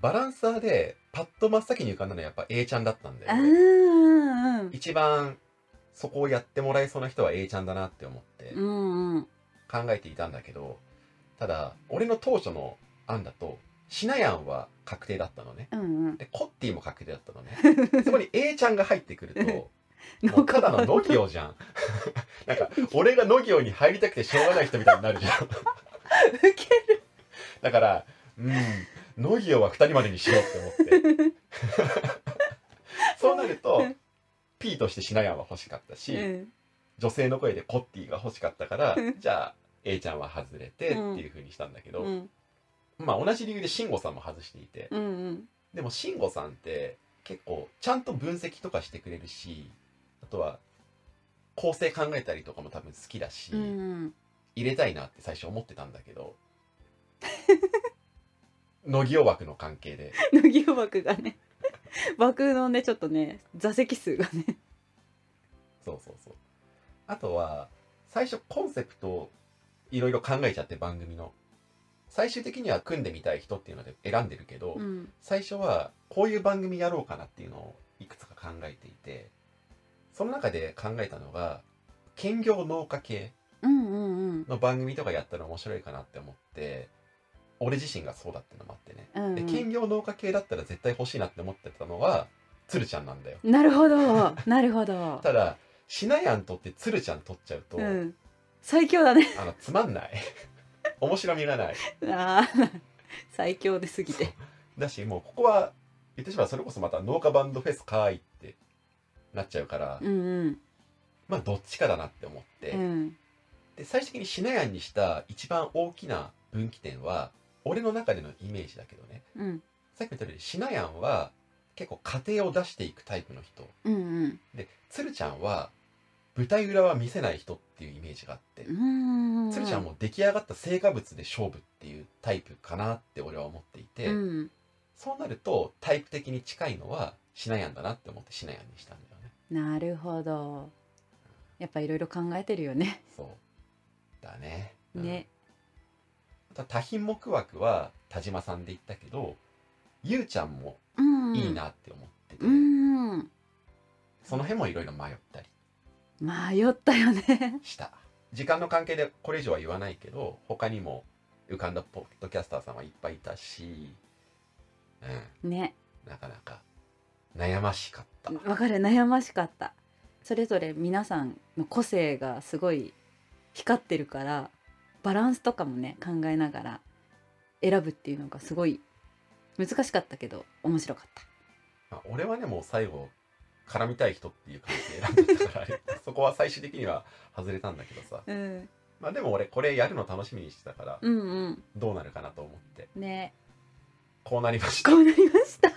S2: バランサーでパッと真っ先に浮かんだのはやっぱ A ちゃんだったんだ
S3: あ
S2: よ
S3: ー
S2: ね、
S3: うんうん
S2: 一番そこをやってもらえそうな人は A ちゃんだなって思って
S3: うんうん
S2: 考えていたんだけど、ただ俺の当初の案だとしなやんは確定だったのね
S3: うんうん
S2: でコッティも確定だったの
S3: [laughs]
S2: ねそこに A ちゃんが入ってくるともうただのノギオじゃん [laughs] なんか俺がノギオに入りたくてしょうがない人みたいになるじゃん
S3: ウケる
S2: だからうんノギオは2人までにしようって思って
S3: [laughs]
S2: そうなると P としてしなやんは欲しかったし、女性の声でコッティが欲しかったから
S3: うん
S2: じゃあ A ちゃんは外れてっていう風にしたんだけど、
S3: うんうん
S2: まあ同じ理由で慎吾さんも外していて、
S3: うんうん
S2: でも慎吾さんって結構ちゃんと分析とかしてくれるしあとは構成考えたりとかも多分好きだし、
S3: うんうん
S2: 入れたいなって最初思ってたんだけ
S3: [laughs]
S2: ど乃木尾枠の関係で
S3: [laughs] 乃木枠がね枠のねちょっとね座席数がね
S2: そうそうそうあとは最初コンセプトをいろいろ考えちゃって番組の最終的には組んでみたい人っていうので選んでるけど、
S3: うん
S2: 最初はこういう番組やろうかなっていうのをいくつか考えていてその中で考えたのが兼業農家系
S3: うんうん
S2: の番組とかやったら面白いかなって思って俺自身がそうだってのもあってね、
S3: うんう
S2: で
S3: ん
S2: 兼業農家系だったら絶対欲しいなって思ってたのはつるちゃんなんだよ
S3: なる
S2: [laughs]
S3: ほどなるほど
S2: ただしなやんとってつるちゃん取っちゃうと、
S3: うん最強だね [laughs]
S2: あのつまんない [laughs] 面白みがない
S3: あー最強ですぎて
S2: だしもうここは言ってしまえばそれこそまた農家バンドフェスかーいってなっちゃうから、
S3: うんうん
S2: まあどっちかだなって思って、
S3: うん
S2: で最終的にしなやんにした一番大きな分岐点は俺の中でのイメージだけどね
S3: うん
S2: さっきも言ったようにしなやんは結構家庭を出していくタイプの人
S3: うんうん
S2: でつるちゃんは舞台裏は見せない人っていうイメージがあって
S3: う、んうん
S2: つるちゃんも出来上がった成果物で勝負っていうタイプかなって俺は思っていて、
S3: うん
S2: そうなるとタイプ的に近いのはしなやんだなって思ってしなやんにしたんだよね
S3: なるほどやっぱいろいろ考えてるよね
S2: そうだね、うん
S3: ね
S2: あとは多品目枠は田島さんで言ったけどゆうちゃんも
S3: うん
S2: いいなって思ってて、
S3: うん
S2: その辺もいろいろ迷ったり
S3: 迷ったよね [laughs]
S2: した時間の関係でこれ以上は言わないけど他にも浮かんだポッドキャスターさんはいっぱいいたしう
S3: ね
S2: んなかなか悩ましかった、
S3: わかる悩ましかったそれぞれ皆さんの個性がすごい光ってるからバランスとかもね考えながら選ぶっていうのがすごい難しかったけど面白かった
S2: まあ、俺はねもう最後絡みたい人っていう感じで選んだから
S3: [laughs]
S2: そこは最終的には外れたんだけどさ、
S3: うん、
S2: まあ、でも俺これやるの楽しみにしてたから
S3: うん
S2: どうなるかなと思って
S3: うんね
S2: こうなりました
S3: こうなりました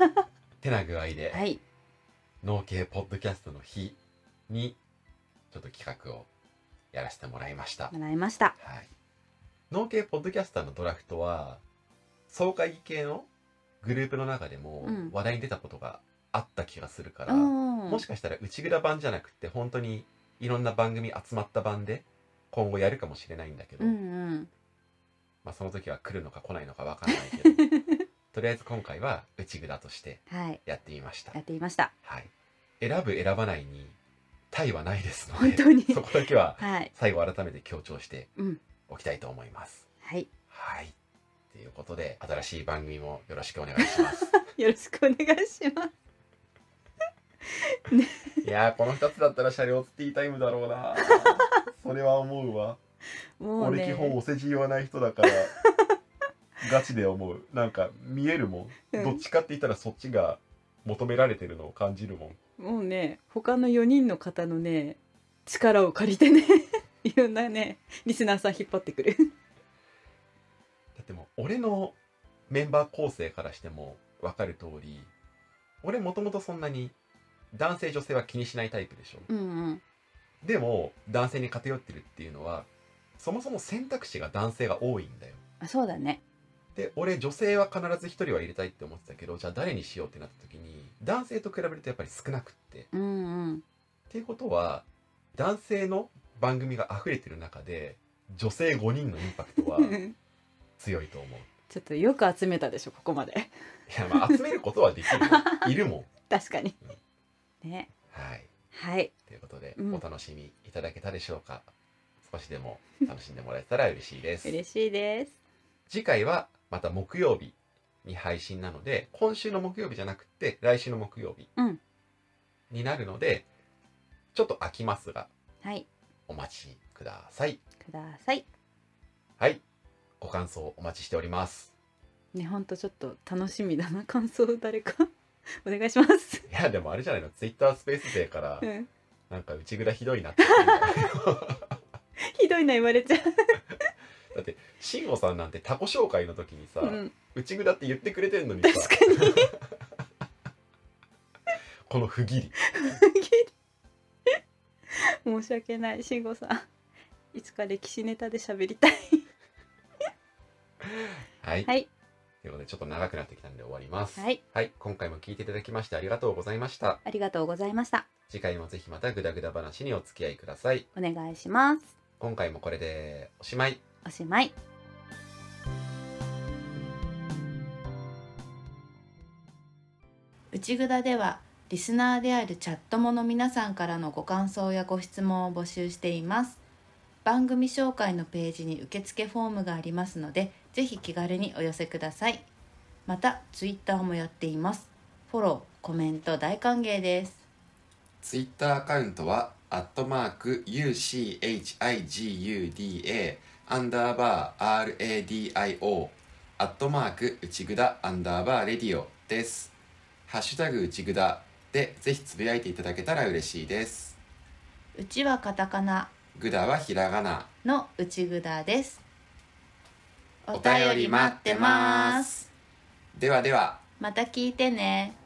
S2: てな具合で、
S3: はい
S2: 農系ポッドキャストの日にちょっと企画をやらせてもらいました、
S3: もらいました
S2: はい、農系ポッドキャスターのドラフトは総会議系のグループの中でも
S3: うん
S2: 話題に出たことがあった気がするから、
S3: うん
S2: もしかしたら内蔵版じゃなくて本当にいろんな番組集まった版で今後やるかもしれないんだけど、
S3: うん
S2: まあ、その時は来るのか来ないのかわかんないけど
S3: [laughs]
S2: とりあえず今回は内蔵として
S3: うんはい
S2: やってみました
S3: やっていました
S2: はい、選ぶ選ばないに対はないですの
S3: 本
S2: で
S3: 当に
S2: [laughs] そこだけは
S3: はい
S2: 最後改めて強調して
S3: うん
S2: おきたいと思います。
S3: はい
S2: はいということで新しい番組もよろしくお願いし
S3: [laughs]
S2: ます。
S3: よろしくお願いします
S2: いやーこの2つだったら車両ティータイムだろう
S3: [laughs]
S2: なそれは思うわ。
S3: もう
S2: 俺基
S3: ね
S2: 本お世辞言わない人だ
S3: [laughs]
S2: からガチで思うなんか見えるも
S3: うんん
S2: どっちかって言ったらそっちが求められてるのを感じるもん。
S3: もうね他の4人の方のね力を借りてね [laughs] いろんなねリスナーさん引っ張ってくる
S2: だってもう俺のメンバー構成からしても分かる通り俺もともとそんなに男性女性は気にしないタイプでしょ
S3: うんうん
S2: でも男性に偏ってるっていうのはそもそも選択肢が男性が多いんだよ
S3: あそうだね
S2: で俺女性は必ず一人は入れたいって思ってたけどじゃあ誰にしようってなった時に男性と比べるとやっぱり少なくってっ
S3: うんうん
S2: ていうことは男性の番組が溢れてる中で女性5人のインパクトは強いと思う
S3: [laughs] ちょっとよく集めたでしょここまで
S2: いやまあ集めることはできるよいるもん
S3: 確かにね
S2: はい。
S3: はい
S2: ということで、
S3: うん
S2: お楽しみいただけたでしょうか少しでも楽しんでもらえたら嬉しいです。
S3: 嬉しいです
S2: 次回はまた木曜日に配信なので今週の木曜日じゃなくて来週の木曜日
S3: うん
S2: になるので、ちょっと空きますが
S3: はい
S2: お待ちください
S3: ください
S2: はいご感想お待ちしており
S3: [laughs]
S2: ます
S3: ねほんとちょっと楽しみだな感想誰かお願いします
S2: いやでもあれじゃないのツイッタースペースデーから
S3: うん
S2: なんか内蔵ひどいなって言ってるんだけど
S3: [laughs] ひどいな言われちゃ
S2: 慎吾さんなんて他己紹介の時にさ、
S3: う、うん、 [laughs]
S2: 内蔵って言ってくれてんのにさ
S3: 確かに
S2: この不義理
S3: 申し訳ない慎吾さんいつか歴史ネタで喋りたい
S2: はい、
S3: はい
S2: ということでちょっと長くなってきたんで終わります
S3: はい、
S2: 今回も聞いていただきましてありがとうございました
S3: ありがとうございました
S2: 次回もぜひまたグダグダ話にお付き合いください
S3: お願いします
S2: 今回もこれでおしまい
S3: おしまい
S1: 内ぐだではリスナーであるチャットもの皆さんからのご感想やご質問を募集しています番組紹介のページに受付フォームがありますのでぜひ気軽にお寄せくださいまたツイッターもやっていますフォローコメント大歓迎です
S4: ツイッターアカウントは、アットマーク UCHIGUDA アンダーバー RADIO アットマーク内ぐだアンダーバーレディオです。ハッシュタグ内ぐだでぜひつぶやいていただけたら嬉しいです。
S1: うちはカタカナ
S4: ぐだはひらがな。
S1: の内ぐだですお
S4: お便り待ってます。ではでは。
S1: また聞いてね